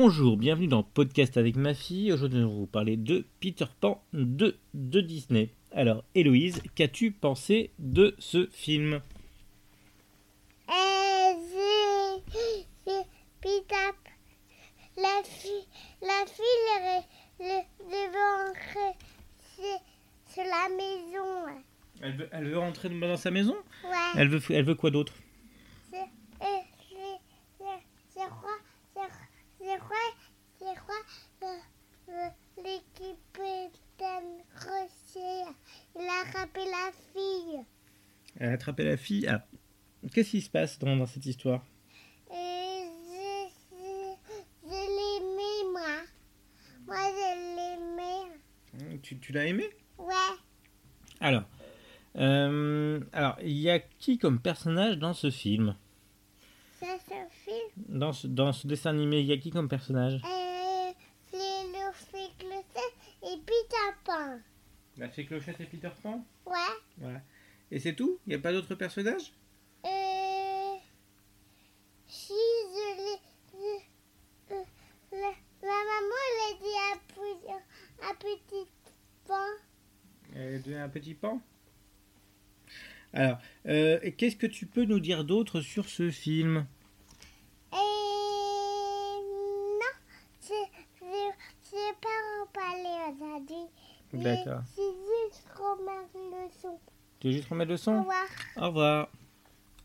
Bonjour, bienvenue dans Podcast avec ma fille. Aujourd'hui, nous allons vous parler de Peter Pan 2 de Disney. Alors, Héloïse, qu'as-tu pensé de ce film Euh, j'ai- j'ai- puis t'as- la fille, la fille elle est- elle est devant rentrer chez- sur la maison. là. elle veut, elle veut rentrer dans sa maison Ouais. Elle veut, elle veut quoi d'autre Et j'ai- j'ai- j'ai roi, j'ai roi- j'ai roi, j'ai roi, le- le- l'équipe d'un rocher. Il a rappelé la fille. Elle a attrapé la fille. Ah. Qu'est-ce qui se passe dans, dans cette histoire Et je, je, je l'aimais, moi. Moi, je l'aimais. Hein, Tu, tu l'as aimé Ouais. Alors, euh, alors, il y a qui comme personnage dans ce film Ça se fait. dans ce, dans ce dessin animé, il y a qui comme personnage Euh, les le fait et puis tapin. La fée Clochette et Peter Pan. Ouais. Et c'est tout Il n'y a pas d'autres personnages Euh, si je l'ai. je- euh, la, la maman l'a dit à, petit- à petit pain. Elle devient Euh, un petit pan. Alors, euh, et qu'est-ce que tu peux nous dire d'autre sur ce film Et non, c'est c'est pas en parler aujourd'hui. mais D'accord. C'est juste remarque le son. Tu veux juste remettre le Au son revoir. Au revoir.